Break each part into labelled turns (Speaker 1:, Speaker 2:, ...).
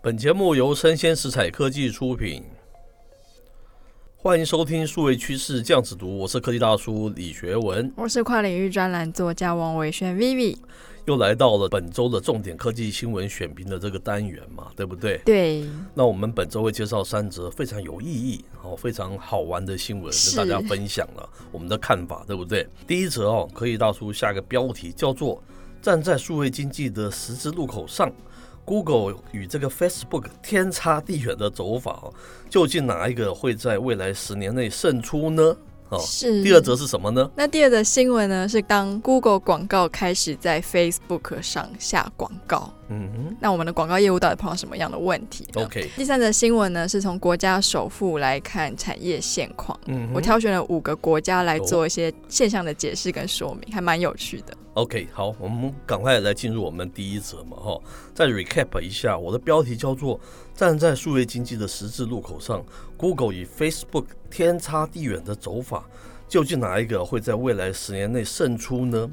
Speaker 1: 本节目由生鲜食材科技出品，欢迎收听数位趋势酱子读，我是科技大叔李学文，
Speaker 2: 我是跨领域专栏作家王伟轩 Vivi。
Speaker 1: 又来到了本周的重点科技新闻选评的这个单元嘛，对不对？
Speaker 2: 对，
Speaker 1: 那我们本周会介绍三则非常有意义、哦非常好玩的新闻，
Speaker 2: 是
Speaker 1: 跟大家分享了我们的看法，对不对？第一则哦，科技大叔下个标题叫做“站在数位经济的十字路口上”。Google 与这个 Facebook 天差地远的走法哦，究竟哪一个会在未来十年内胜出呢？哦，
Speaker 2: 是
Speaker 1: 第二。则是什么呢？
Speaker 2: 那第二则新闻呢？是当 Google 广告开始在 Facebook 上下广告，
Speaker 1: 嗯哦
Speaker 2: 那我们的广告业务到底碰到什么样的问题呢
Speaker 1: 哼，OK，
Speaker 2: 第三则新闻呢，是从国家首富来看产业现况。
Speaker 1: 嗯
Speaker 2: 我
Speaker 1: 哼
Speaker 2: 挑选了五个国家来
Speaker 1: 哦
Speaker 2: 做一些现象的解释跟说明，还蛮有趣的。
Speaker 1: ，OK，好，我们赶快来进入我们第一则嘛，哈、再 recap 一下，我的标题叫做“站在数位经济的十字路口上，Google 与 Facebook 天差地远的走法，究竟哪一个会在未来十年内胜出呢？”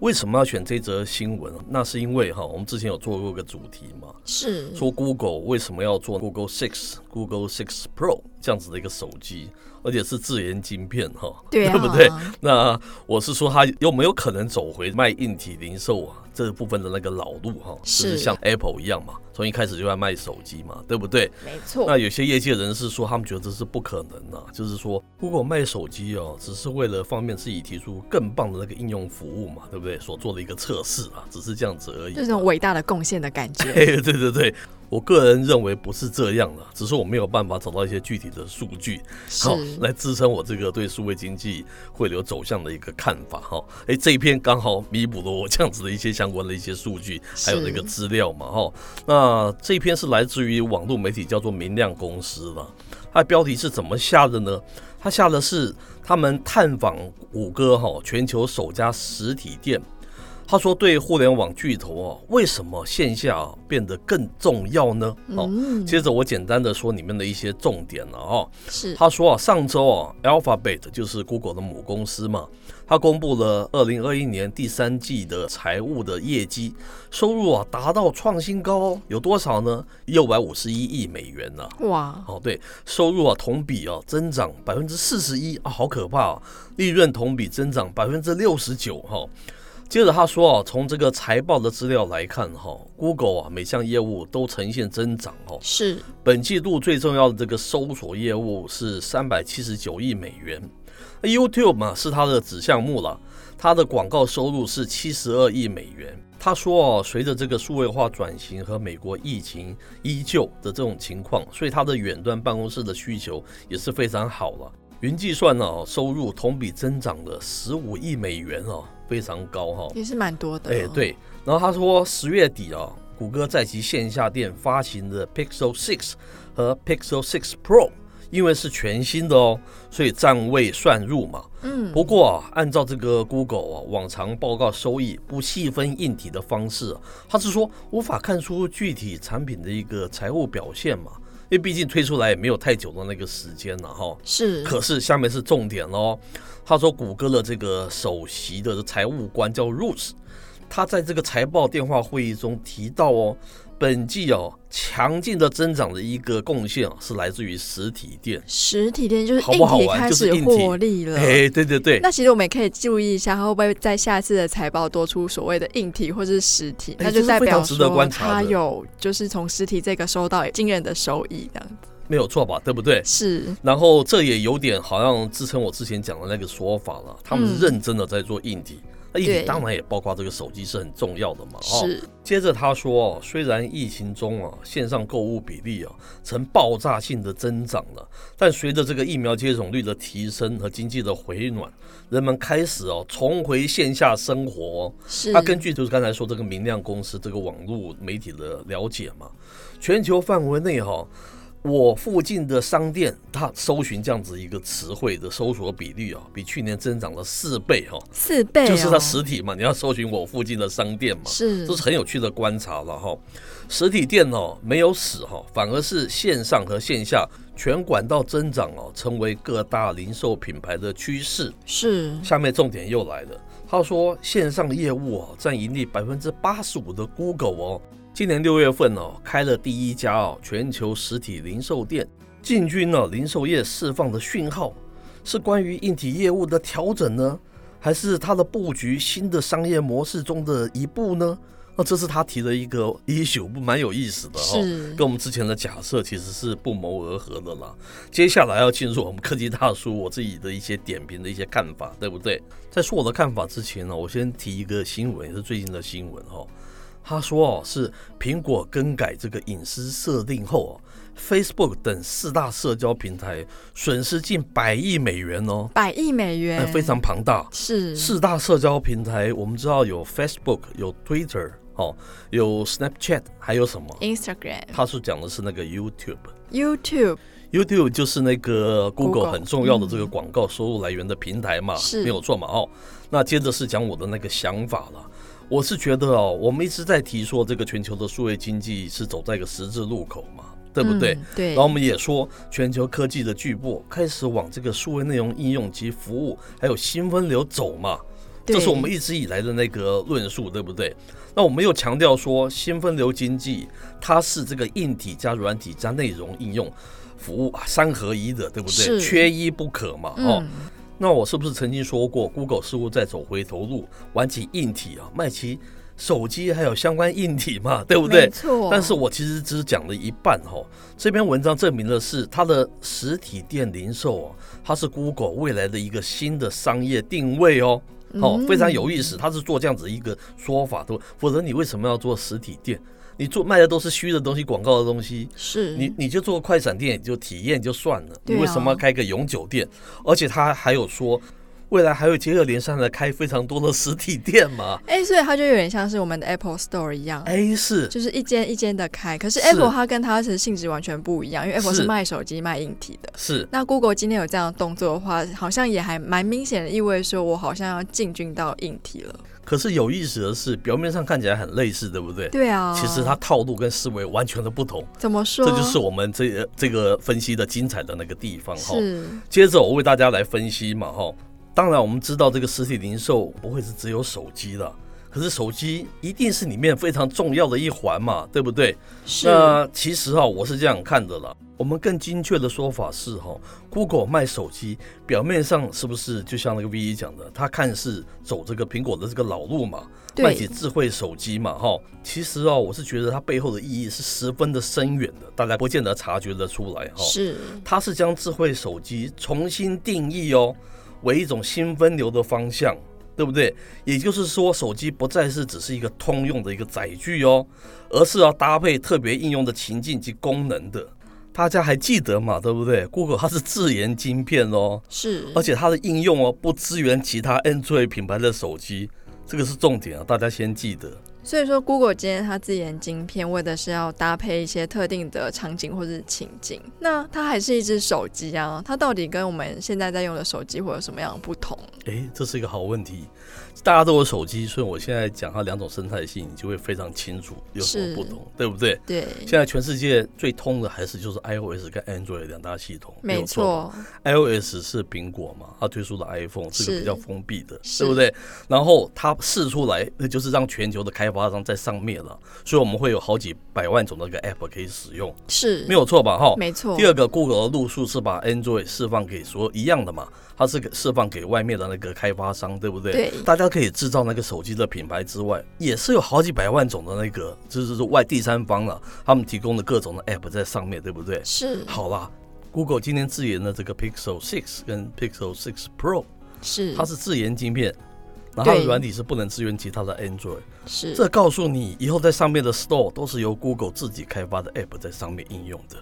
Speaker 1: 为什么要选这则新闻？那是因为哈，我们之前有做过个主题嘛，
Speaker 2: 是
Speaker 1: 说 Google 为什么要做 Google Six、Google Six Pro 这样子的一个手机，而且是自研晶片哈，
Speaker 2: 对啊，
Speaker 1: 对不对？ 那我是说，它有没有可能走回卖硬体零售啊这部分的那个老路哈、就是
Speaker 2: 是
Speaker 1: 像 Apple 一样嘛，从一开始就在卖手机嘛，对不对？
Speaker 2: 没错
Speaker 1: 那，有些业界人士说，他们觉得这是不可能啊，就是说 Google 卖手机哦，只是为了方便自己提出更棒的那个应用服务嘛，对不对？所做的一个测试啊，只是这样子而已。
Speaker 2: 就是那种伟大的贡献的感觉。
Speaker 1: 嘿， 对对对，我个人认为不是这样的，只是我没有办法找到一些具体的数据，
Speaker 2: 是
Speaker 1: 好、来支撑我这个对数位经济汇流走向的一个看法哈。哎、这一篇刚好弥补了我这样子的一些相关的一些数据，还有那个
Speaker 2: 是
Speaker 1: 资料嘛哈。那这篇是来自于网络媒体叫做明亮公司了，它的标题是怎么下的呢？它下的是他们探访谷歌哈全球首家实体店。他说：“对互联网巨头哦，为什么线下啊变得更重要呢？”哦，
Speaker 2: 嗯，
Speaker 1: 接着我简单的说里面的一些重点了哦。
Speaker 2: 是
Speaker 1: 他说啊，上周啊，Alphabet 就是 Google 的母公司嘛，它公布了二零二一年第三季的财务的业绩，收入啊达到创新高、哦，有多少呢？六百五十一亿美元呢、
Speaker 2: 哇，
Speaker 1: 哦，对，收入啊同比啊增长百分之四十一啊，好可怕啊！利润同比增长百分之六十九哈。接着他说啊，从这个财报的资料来看哈、，Google 啊每项业务都呈现增长哦，
Speaker 2: 是
Speaker 1: 本季度最重要的这个搜索业务是三百七十九亿美元那，YouTube 嘛是它的子项目了，它的广告收入是七十二亿美元。他说哦，随着这个数位化转型和美国疫情依旧的这种情况，所以它的远端办公室的需求也是非常好了。云计算呢、哦，收入同比增长了十五亿美元哦，非常高哈、
Speaker 2: 也是蛮多的。
Speaker 1: 哎、，对。然后他说，十月底啊，谷歌在其线下店发行的 Pixel 6和 Pixel 6 Pro，因为是全新的哦，所以暂未算入嘛。
Speaker 2: 嗯，
Speaker 1: 不过啊，按照这个 Google 啊往常报告收益不细分硬体的方式、啊，它是说无法看出具体产品的一个财务表现嘛，因为毕竟推出来也没有太久的那个时间了哈。
Speaker 2: 是
Speaker 1: 可是下面是重点喽，他说谷歌的这个首席的财务官叫 Rose，他在这个财报电话会议中提到哦，本季哦强劲的增长的一个贡献、哦、是来自于实体店。
Speaker 2: 实体店就是
Speaker 1: 好不
Speaker 2: 硬
Speaker 1: 好
Speaker 2: 体
Speaker 1: 玩
Speaker 2: 开
Speaker 1: 就是
Speaker 2: 始
Speaker 1: 硬体
Speaker 2: 获利了。
Speaker 1: 哎，对对对，
Speaker 2: 那其实我们也可以注意一下，它会不会在下次的财报多出所谓的硬体或者是实体，
Speaker 1: 哎
Speaker 2: 那就
Speaker 1: 这
Speaker 2: 代表
Speaker 1: 是非常值得
Speaker 2: 说
Speaker 1: 观察的
Speaker 2: 它有就是从实体这个收到惊人的收益，这样子
Speaker 1: 没有错吧？对不对？
Speaker 2: 是
Speaker 1: 然后这也有点好像支撑我之前讲的那个说法了，他们是
Speaker 2: 嗯
Speaker 1: 认真的在做硬体，那硬体
Speaker 2: 对
Speaker 1: 当然也包括这个手机是很重要的嘛。哦，
Speaker 2: 是
Speaker 1: 接着他说，虽然疫情中啊线上购物比例啊呈爆炸性的增长了，但随着这个疫苗接种率的提升和经济的回暖，人们开始哦、重回线下生活、哦。
Speaker 2: 是，
Speaker 1: 那根据就是刚才说这个明亮公司这个网络媒体的了解嘛，全球范围内哈、我附近的商店，它搜寻这样子一个词汇的搜索比率啊，比去年增长了四倍哈、
Speaker 2: 四倍、哦，
Speaker 1: 就是它实体嘛，你要搜寻我附近的商店嘛，
Speaker 2: 是
Speaker 1: 这是很有趣的观察了哈。实体店哦没有死哈，反而是线上和线下全管道增长哦，成为各大零售品牌的趋势。
Speaker 2: 是
Speaker 1: 下面重点又来了，他说线上业务哦占盈利百分之八十五的 Google 哦。今年六月份哦，开了第一家哦全球实体零售店，进军了零售业释放的讯号，是关于硬体业务的调整呢，还是它的布局新的商业模式中的一步呢？那这是他提的一个 issue，不蛮有意思的哦。
Speaker 2: 是
Speaker 1: 跟我们之前的假设其实是不谋而合的啦。接下来要进入我们科技大叔我自己的一些点评的一些看法，对不对？在说我的看法之前呢，我先提一个新闻，也是最近的新闻哦。他说哦，是苹果更改这个隐私设定后、哦、，Facebook 等四大社交平台损失近百亿美元哦，
Speaker 2: 百亿美
Speaker 1: 哎
Speaker 2: 元，
Speaker 1: 非常庞大。
Speaker 2: 是
Speaker 1: 四大社交平台，我们知道有 Facebook，有 Twitter，哦，有 Snapchat，还有什么？
Speaker 2: 嗯 Instagram、
Speaker 1: 他是讲的是那个 YouTube。
Speaker 2: YouTube
Speaker 1: YouTube 就是那个 Google
Speaker 2: Google，
Speaker 1: 很重要的这个广告收入来源的平台嘛，
Speaker 2: 是
Speaker 1: 没有错嘛哦。那接着是讲我的那个想法了，我是觉得哦，我们一直在提说这个全球的数位经济是走在一个十字路口嘛，对不对？
Speaker 2: 嗯对，
Speaker 1: 然后我们也说，全球科技的巨擘开始往这个数位内容应用及服务，还有新分流走嘛。
Speaker 2: 对
Speaker 1: 这是我们一直以来的那个论述，对不对？那我们又强调说，新分流经济它是这个硬体加软体加内容应用服务啊三合一的，对不对？
Speaker 2: 是
Speaker 1: 缺一不可嘛。哦，
Speaker 2: 嗯
Speaker 1: 那我是不是曾经说过，Google 似乎在走回头路，玩起硬体啊，卖起手机还有相关硬体嘛，对不对
Speaker 2: 嗯没？错，
Speaker 1: 但是我其实只讲了一半哈、哦。这篇文章证明的是，它的实体店零售哦，它是 Google 未来的一个新的商业定位哦。哦，
Speaker 2: 嗯
Speaker 1: 非常有意思，它是做这样子一个说法的，否则你为什么要做实体店？你做卖的都是虚的东西，广告的东西，
Speaker 2: 是
Speaker 1: 你你就做个快闪店，你就体验就算了，你
Speaker 2: 嗯对啊
Speaker 1: 为什么要开个永久店？而且他还有说，未来还会接二连三的开非常多的实体店嘛？
Speaker 2: 哎、所以它就有点像是我们的 Apple Store 一样。
Speaker 1: 哎，是
Speaker 2: 就是一间一间的开，可是
Speaker 1: 是
Speaker 2: Apple 它跟它其实性质完全不一样，因为 Apple
Speaker 1: 是
Speaker 2: 是卖手机、卖硬体的。
Speaker 1: 是，
Speaker 2: 那 Google 今天有这样的动作的话，好像也还蛮明显的意味说，我好像要进军到硬体了。
Speaker 1: 可是有意思的是，表面上看起来很类似，对不对？
Speaker 2: 对啊，
Speaker 1: 其实它套路跟思维完全的不同，
Speaker 2: 怎么说？
Speaker 1: 这就是我们这个这个分析的精彩的那个地方哈。
Speaker 2: 是
Speaker 1: 接着我为大家来分析嘛哈。当然，我们知道这个实体零售不会是只有手机了，可是手机一定是里面非常重要的一环嘛，对不对？
Speaker 2: 是
Speaker 1: 那其实哈、我是这样看的啦。我们更精确的说法是哈、g o o g l e 卖手机，表面上是不是就像那个 V 一讲的，它看似走这个苹果的这个老路嘛，卖起
Speaker 2: 对
Speaker 1: 智慧手机嘛哈、其实哦，我是觉得它背后的意义是十分的深远的，大家不见得察觉得出来哈、
Speaker 2: 是
Speaker 1: 它是将智慧手机重新定义哦，为一种新分流的方向，对不对？也就是说，手机不再是只是一个通用的一个载具哦，而是要搭配特别应用的情境及功能的。大家还记得嘛？对不对？Google 它是自研晶片哦，
Speaker 2: 是，
Speaker 1: 而且它的应用哦不支援其他 Android 品牌的手机，这个是重点啊，大家先记得。
Speaker 2: 所以说 Google 今天它自研晶片，为的是要搭配一些特定的场景或是情境。那它还是一只手机啊，它到底跟我们现在在用的手机会有什么样的不同？
Speaker 1: 诶，这是一个好问题。大家都有手机，所以我现在讲它两种生态系，你就会非常清楚有什么
Speaker 2: 是
Speaker 1: 不同，对不对？
Speaker 2: 对，
Speaker 1: 现在全世界最通的还是就是 iOS 跟 Android 两大系统，
Speaker 2: 没
Speaker 1: 有错吧。
Speaker 2: 错，
Speaker 1: iOS 是苹果嘛，它推出了 iPhone，这个
Speaker 2: 是
Speaker 1: 比较封闭的，
Speaker 2: 是
Speaker 1: 对不对？然后它试出来，那就是让全球的开发商在上面了，所以我们会有好几百万种那个 App 可以使用，
Speaker 2: 是
Speaker 1: 没有错吧？哈。
Speaker 2: 没错
Speaker 1: 第，二个，Google 的路数是把 Android 释放给所有一样的嘛，它是给释放给外面的那个开发商，对不对？
Speaker 2: 对
Speaker 1: 大家可以制造那个手机的品牌之外，也是有好几百万种的那个，就是说外第三方了，他们提供的各种的 App 在上面，对不对？
Speaker 2: 是
Speaker 1: 好啦，Google 今天自研的这个 Pixel 6跟 Pixel 6 Pro，
Speaker 2: 是
Speaker 1: 它是自研晶片。然后它的
Speaker 2: 对
Speaker 1: 软体是不能支援其他的 Android，
Speaker 2: 是
Speaker 1: 这告诉你以后在上面的 Store 都是由 Google 自己开发的 App 在上面应用的。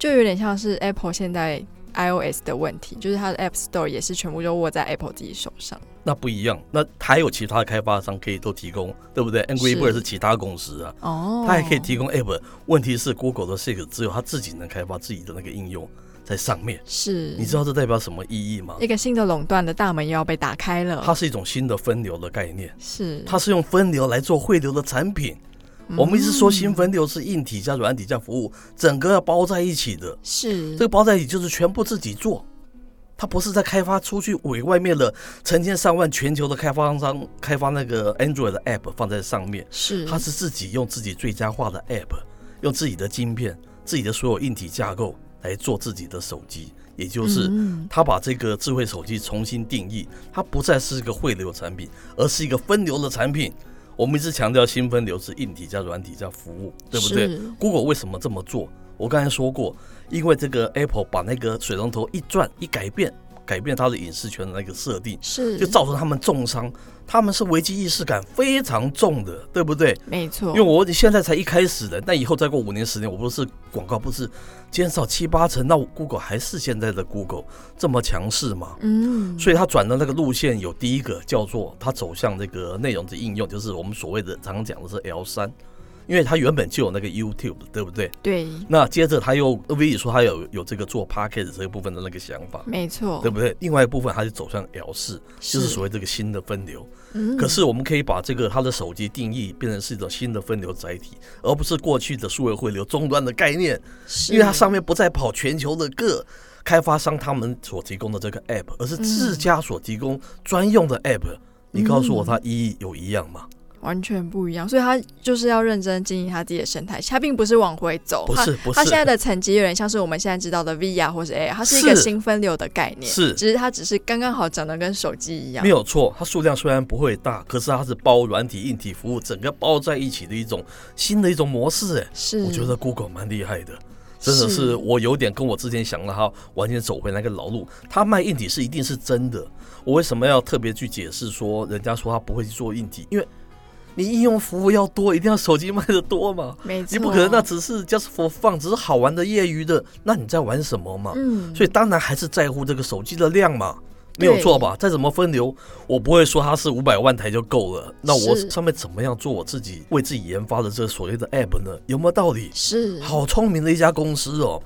Speaker 2: 就有点像是 Apple 现在 iOS 的问题，就是它的 App Store 也是全部都握在 Apple 自己手上。
Speaker 1: 那不一样，那还有其他的开发商可以都提供，对不对？Angry Bird 是其他公司啊，
Speaker 2: 哦
Speaker 1: 它还可以提供 App。问题是 Google 的 Six 只有它自己能开发自己的那个应用在上面，
Speaker 2: 是，
Speaker 1: 你知道这代表什么意义吗？
Speaker 2: 一个新的垄断的大门又要被打开了。
Speaker 1: 它是一种新的分流的概念，
Speaker 2: 是，嗯
Speaker 1: 它是用分流来做汇流的产品。我们一直说新分流是硬体加软体加服务，整个要包在一起的。
Speaker 2: 是
Speaker 1: 这个包在一起就是全部自己做，它不是在开发出去委外面的成千上万全球的开发商开发那个 Android 的 App 放在上面，
Speaker 2: 是
Speaker 1: 它是自己用自己最佳化的 App，用自己的晶片、自己的所有硬体架构来做自己的手机，也就是
Speaker 2: 嗯
Speaker 1: 它把这个智慧手机重新定义，它不再是一个汇流产品，而是一个分流的产品。我们一直强调新分流是硬体加软体加服务，对不对
Speaker 2: 是
Speaker 1: ？Google 为什么这么做？我刚才说过，因为这个 Apple 把那个水龙头一转一改变，改变它的隐私权的那个设定，
Speaker 2: 是，
Speaker 1: 就造成他们重伤。他们是危机意识感非常重的，对不对？
Speaker 2: 没错
Speaker 1: 因为，我现在才一开始的，但以后再过五年十年，我不是广告不是减少七八成，那我 Google 还是现在的 Google 这么强势吗？
Speaker 2: 嗯，
Speaker 1: 所以它转的那个路线有第一个叫做它走向这个内容的应用，就是我们所谓的常讲的是 L 三，因为它原本就有那个 YouTube，对不对？
Speaker 2: 对，
Speaker 1: 那接着他又 V 说他有有这个做 p a c k a g e 这个部分的那个想法，
Speaker 2: 没错
Speaker 1: 对，不对？另外一部分它就走向 L 四，就是所
Speaker 2: 谓，
Speaker 1: 谓这个新的分流。
Speaker 2: 嗯
Speaker 1: 可是我们可以把这个它的手机定义变成是一种新的分流载体，而不是过去的数位汇流终端的概念，因为它上面不再跑全球的各开发商他们所提供的这个 app，而是
Speaker 2: 嗯
Speaker 1: 自家所提供专用的 app。你告
Speaker 2: 嗯
Speaker 1: 诉我，它意义有一样吗？
Speaker 2: 完全不一样，所以他就是要认真经营他自己的生态系，他并不是往回走，
Speaker 1: 不
Speaker 2: 哦它
Speaker 1: 是，不
Speaker 2: 它现在
Speaker 1: 是，
Speaker 2: 的层级有点像是我们现在知道的 VR 或是 AR，它是一个
Speaker 1: 是
Speaker 2: 新分流的概念，
Speaker 1: 是
Speaker 2: 只是它只是刚刚好长得跟手机一样
Speaker 1: 没，有错。它数量虽然不会大，可是它是包软体、硬体服务整个包在一起的一种新的一种模式。哎，
Speaker 2: 是，
Speaker 1: 我觉得 Google 蛮厉害的，真的是我有点跟我之前想的哈，完全走回那个老路。他卖硬体是一定是真的，我为什么要特别去解释说人家说他不会去做硬体？因为你应用服务要多，一定要手机卖的多嘛。
Speaker 2: 没错，
Speaker 1: 你不可能那只是啊 just for fun，只是好玩的业余的，那你在玩什么嘛？
Speaker 2: 嗯，
Speaker 1: 所以当然还是在乎这个手机的量嘛，没有错吧？再怎么分流，我不会说它是五百万台就够了。那我
Speaker 2: 是
Speaker 1: 上面怎么样做我自己为自己研发的这所谓的 app 呢？有没有道理？
Speaker 2: 是，
Speaker 1: 好聪明的一家公司哦！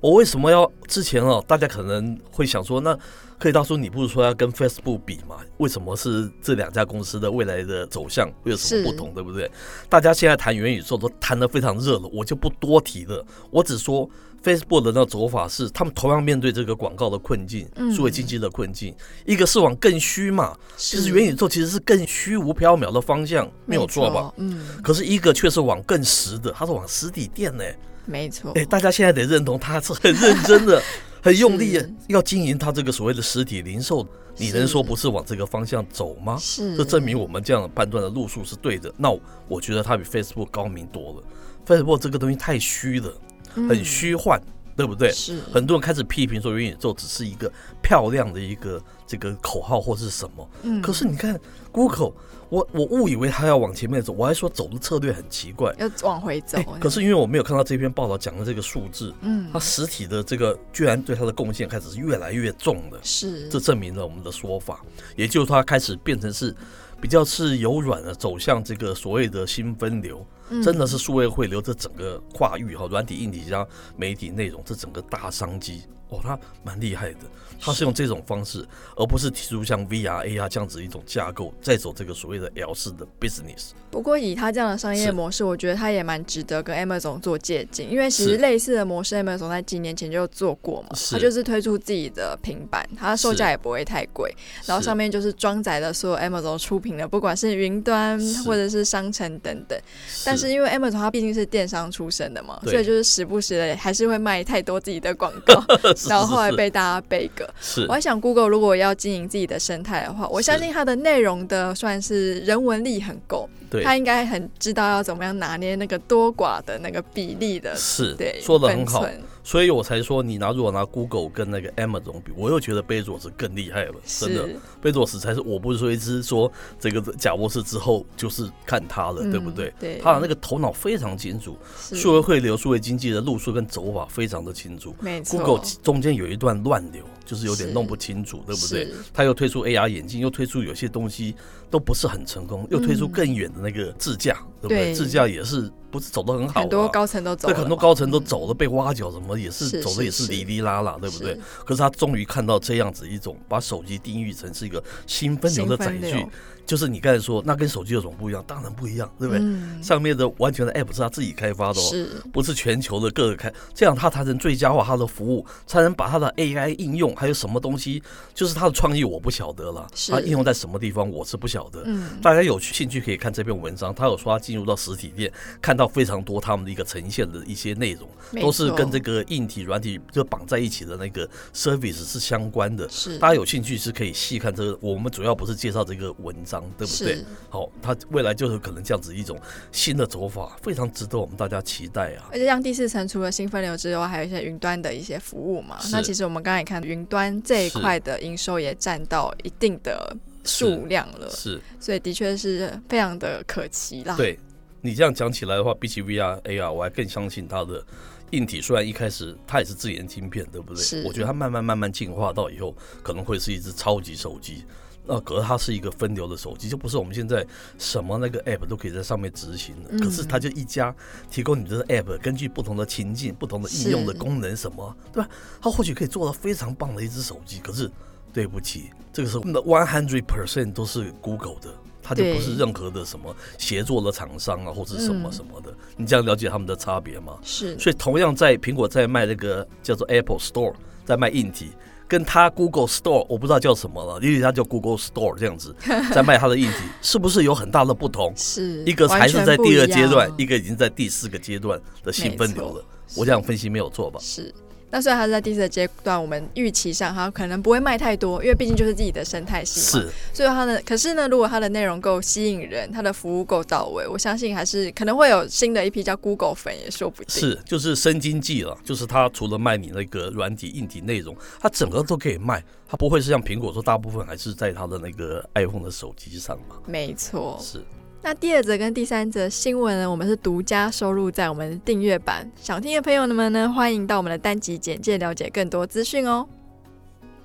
Speaker 1: 我为什么要之前哦？大家可能会想说，那可以大叔，你不是说要跟 Facebook 比嘛？为什么是这两家公司的未来的走向会有什么
Speaker 2: 是
Speaker 1: 不同，对不对？大家现在谈元宇宙都谈得非常热了，我就不多提了。我只说 Facebook 的那走法是，他们同样面对这个广告的困境
Speaker 2: 嗯、
Speaker 1: 数位经济的困境，一个是往更虚嘛，其实元宇宙其实是更虚无缥缈的方向，没有错吧？？
Speaker 2: 嗯，
Speaker 1: 可是一个却是往更实的，它是往实体店呢、
Speaker 2: 没错
Speaker 1: 哎、，大家现在得认同他是很认真 的、很用力
Speaker 2: 是
Speaker 1: 要经营他这个所谓的实体零售，你能说不是往这个方向走吗？
Speaker 2: 是，
Speaker 1: 这证明我们这样判断的路数是对的。那我我觉得他比 Facebook 高明多了。Facebook 这个东西太虚了，很
Speaker 2: 嗯，
Speaker 1: 虚幻，对不对？
Speaker 2: 是，
Speaker 1: 很多人开始批评说元宇宙只是一个漂亮的一个这个口号或是什么，
Speaker 2: 嗯
Speaker 1: 可是你看 Google，我我误以为他要往前面走，我还说走的策略很奇怪。
Speaker 2: 嗯要往回走
Speaker 1: 哎，可是因为我没有看到这篇报道讲的这个数字，
Speaker 2: 嗯
Speaker 1: 它，实体的这个居然对它的贡献开始是越来越重了，
Speaker 2: 是，
Speaker 1: 这证明了我们的说法，也就是它开始变成是比较是柔软的走向这个所谓的新分流，
Speaker 2: 嗯
Speaker 1: 真的是数位汇流这整个跨域哈，软体、硬体加媒体内容这整个大商机。哦，它蛮厉害的，它是用这种方式，而不是提出像 VR、AR 这样子一种架构，再走这个所谓的 L 式的 business。
Speaker 2: 不过以他这样的商业
Speaker 1: 是
Speaker 2: 模式，我觉得他也蛮值得跟 Amazon 做借鉴，因为其实
Speaker 1: 是
Speaker 2: 类似的模式 Amazon 在几年前就做过嘛，
Speaker 1: 是
Speaker 2: 他就是推出自己的平板，它的售价也不会太贵，然后
Speaker 1: 是
Speaker 2: 上面就是装载了所有 Amazon 出品的，不管是云端
Speaker 1: 是
Speaker 2: 或者是商城等等。但是因为 Amazon 它毕竟是电商出身的嘛，
Speaker 1: 对
Speaker 2: 所以就是时不时的还是会卖太多自己的广 告，
Speaker 1: 是
Speaker 2: 然后后来
Speaker 1: 是
Speaker 2: 被大家背梗。
Speaker 1: 是
Speaker 2: 我在想，Google 如果要经营自己的生态的话，我
Speaker 1: 是
Speaker 2: 相信它的内容的算是人文力很够，
Speaker 1: 对
Speaker 2: 它应该很知道要怎么样拿捏那个多寡的那个比例的，
Speaker 1: 是
Speaker 2: 对，
Speaker 1: 说的很好
Speaker 2: 分，寸
Speaker 1: 所以我才说，你拿如果拿 Google 跟那个 Amazon 比，我又觉得贝佐斯更厉害了，真的，
Speaker 2: 是
Speaker 1: 贝佐斯才是我不是说一直说这个贾博士之后就是看他了，
Speaker 2: 嗯
Speaker 1: 对不对？
Speaker 2: 对
Speaker 1: 他的那个头脑非常清楚，
Speaker 2: 是
Speaker 1: 数位汇流、数位经济的路数跟走法非常的清楚。
Speaker 2: 没错
Speaker 1: Google 中间有一段乱流，就是有点
Speaker 2: 是
Speaker 1: 弄不清楚，对不对？
Speaker 2: 是
Speaker 1: 他又推出 AR 眼镜，又推出有些东西都不是很成功，又推出
Speaker 2: 嗯
Speaker 1: 更远的那个自驾，对不对？
Speaker 2: 对
Speaker 1: 自驾也是不是走的很好、啊，
Speaker 2: 很多高层都走
Speaker 1: 对
Speaker 2: 了，
Speaker 1: 很多高层都走了，被挖角什么也是
Speaker 2: 是
Speaker 1: 走的也
Speaker 2: 是
Speaker 1: 是
Speaker 2: 是
Speaker 1: 哩哩啦啦，对不对
Speaker 2: 是？
Speaker 1: 可是他终于看到这样子一种把手机定义成是一个新分流的载
Speaker 2: 新分
Speaker 1: 具
Speaker 2: 流，
Speaker 1: 就是你刚才说那跟手机有什么不一样？当然不一样，对不对？
Speaker 2: 嗯，
Speaker 1: 上面的完全的 app 是他自己开发的哦。
Speaker 2: 是
Speaker 1: 不是全球的各个开，这样他才能最佳化他的服务，才能把他的 AI 应用还有什么东西，就是他的创意我不晓得了，
Speaker 2: 是
Speaker 1: 他应用在什么地方我是不晓得。
Speaker 2: 嗯，
Speaker 1: 大家有兴趣可以看这篇文章，他有说他进入到实体店，看到非常多他们的一个呈现的一些内容，
Speaker 2: 没
Speaker 1: 都是
Speaker 2: 错
Speaker 1: 跟这个硬体、软体就绑在一起的那个 service 是相关的。
Speaker 2: 是
Speaker 1: 大家有兴趣是可以细看这个，我们主要不是介绍这个文章，对不对
Speaker 2: 是？
Speaker 1: 好，它未来就是可能这样子一种新的走法，非常值得我们大家期待啊。
Speaker 2: 而且像第四层除了新分流之外，还有一些云端的一些服务嘛
Speaker 1: 是。
Speaker 2: 那其实我们刚才也看云端这一块的营收也占到一定的数量了，
Speaker 1: 是
Speaker 2: 所以的确是非常的可期啦。，
Speaker 1: 对你这样讲起来的话，比起 VR、AR，我还更相信它的硬体。虽然一开始它也是自研晶片，对不对
Speaker 2: 是？
Speaker 1: 我觉得它慢慢慢慢进化到以后，可能会是一只超级手机。那可是它是一个分流的手机，就不是我们现在什么那个 app 都可以在上面执行的。
Speaker 2: 嗯
Speaker 1: 可是它就一家提供你这个 app，根据不同的情境、不同的应用的
Speaker 2: 是
Speaker 1: 功能什么，对吧？它或许可以做到非常棒的一只手机，可是对不起，这个是 one hundred percent 都是 Google 的，它就不
Speaker 2: 对
Speaker 1: 是任何的什么协作的厂商啊，或者是什么
Speaker 2: 嗯
Speaker 1: 什么的。你这样了解他们的差别吗？
Speaker 2: 是
Speaker 1: 所以同样在苹果在卖那个叫做 Apple Store，在卖硬体。跟它 Google Store 我不知道叫什么了，因为它叫 Google Store 这样 子，在卖它的硬体，是不是有很大的不同？
Speaker 2: 是
Speaker 1: 一个还是在第二阶段，一
Speaker 2: 个
Speaker 1: 个已经在第四个阶段的新分流了。我这样分析没有错吧？
Speaker 2: 是。那虽然它是在第四个阶段，我们预期上它可能不会卖太多，因为毕竟就是自己的生态系嘛。
Speaker 1: 是啊
Speaker 2: 所以它的，可是呢，如果它的内容够吸引人，它的服务够到位，我相信还是可能会有新的一批叫 Google 粉也说不定。
Speaker 1: 是，就是生经济了，就是它除了卖你那个软体、硬体内容，它整个都可以卖，它不会是像苹果说大部分还是在它的那个 iPhone 的手机上嘛？
Speaker 2: 没错。
Speaker 1: 是
Speaker 2: 那第二则跟第三则新闻呢，我们是独家收录在我们的订阅版，想听的朋友们呢，欢迎到我们的单集简介了解更多资讯哦。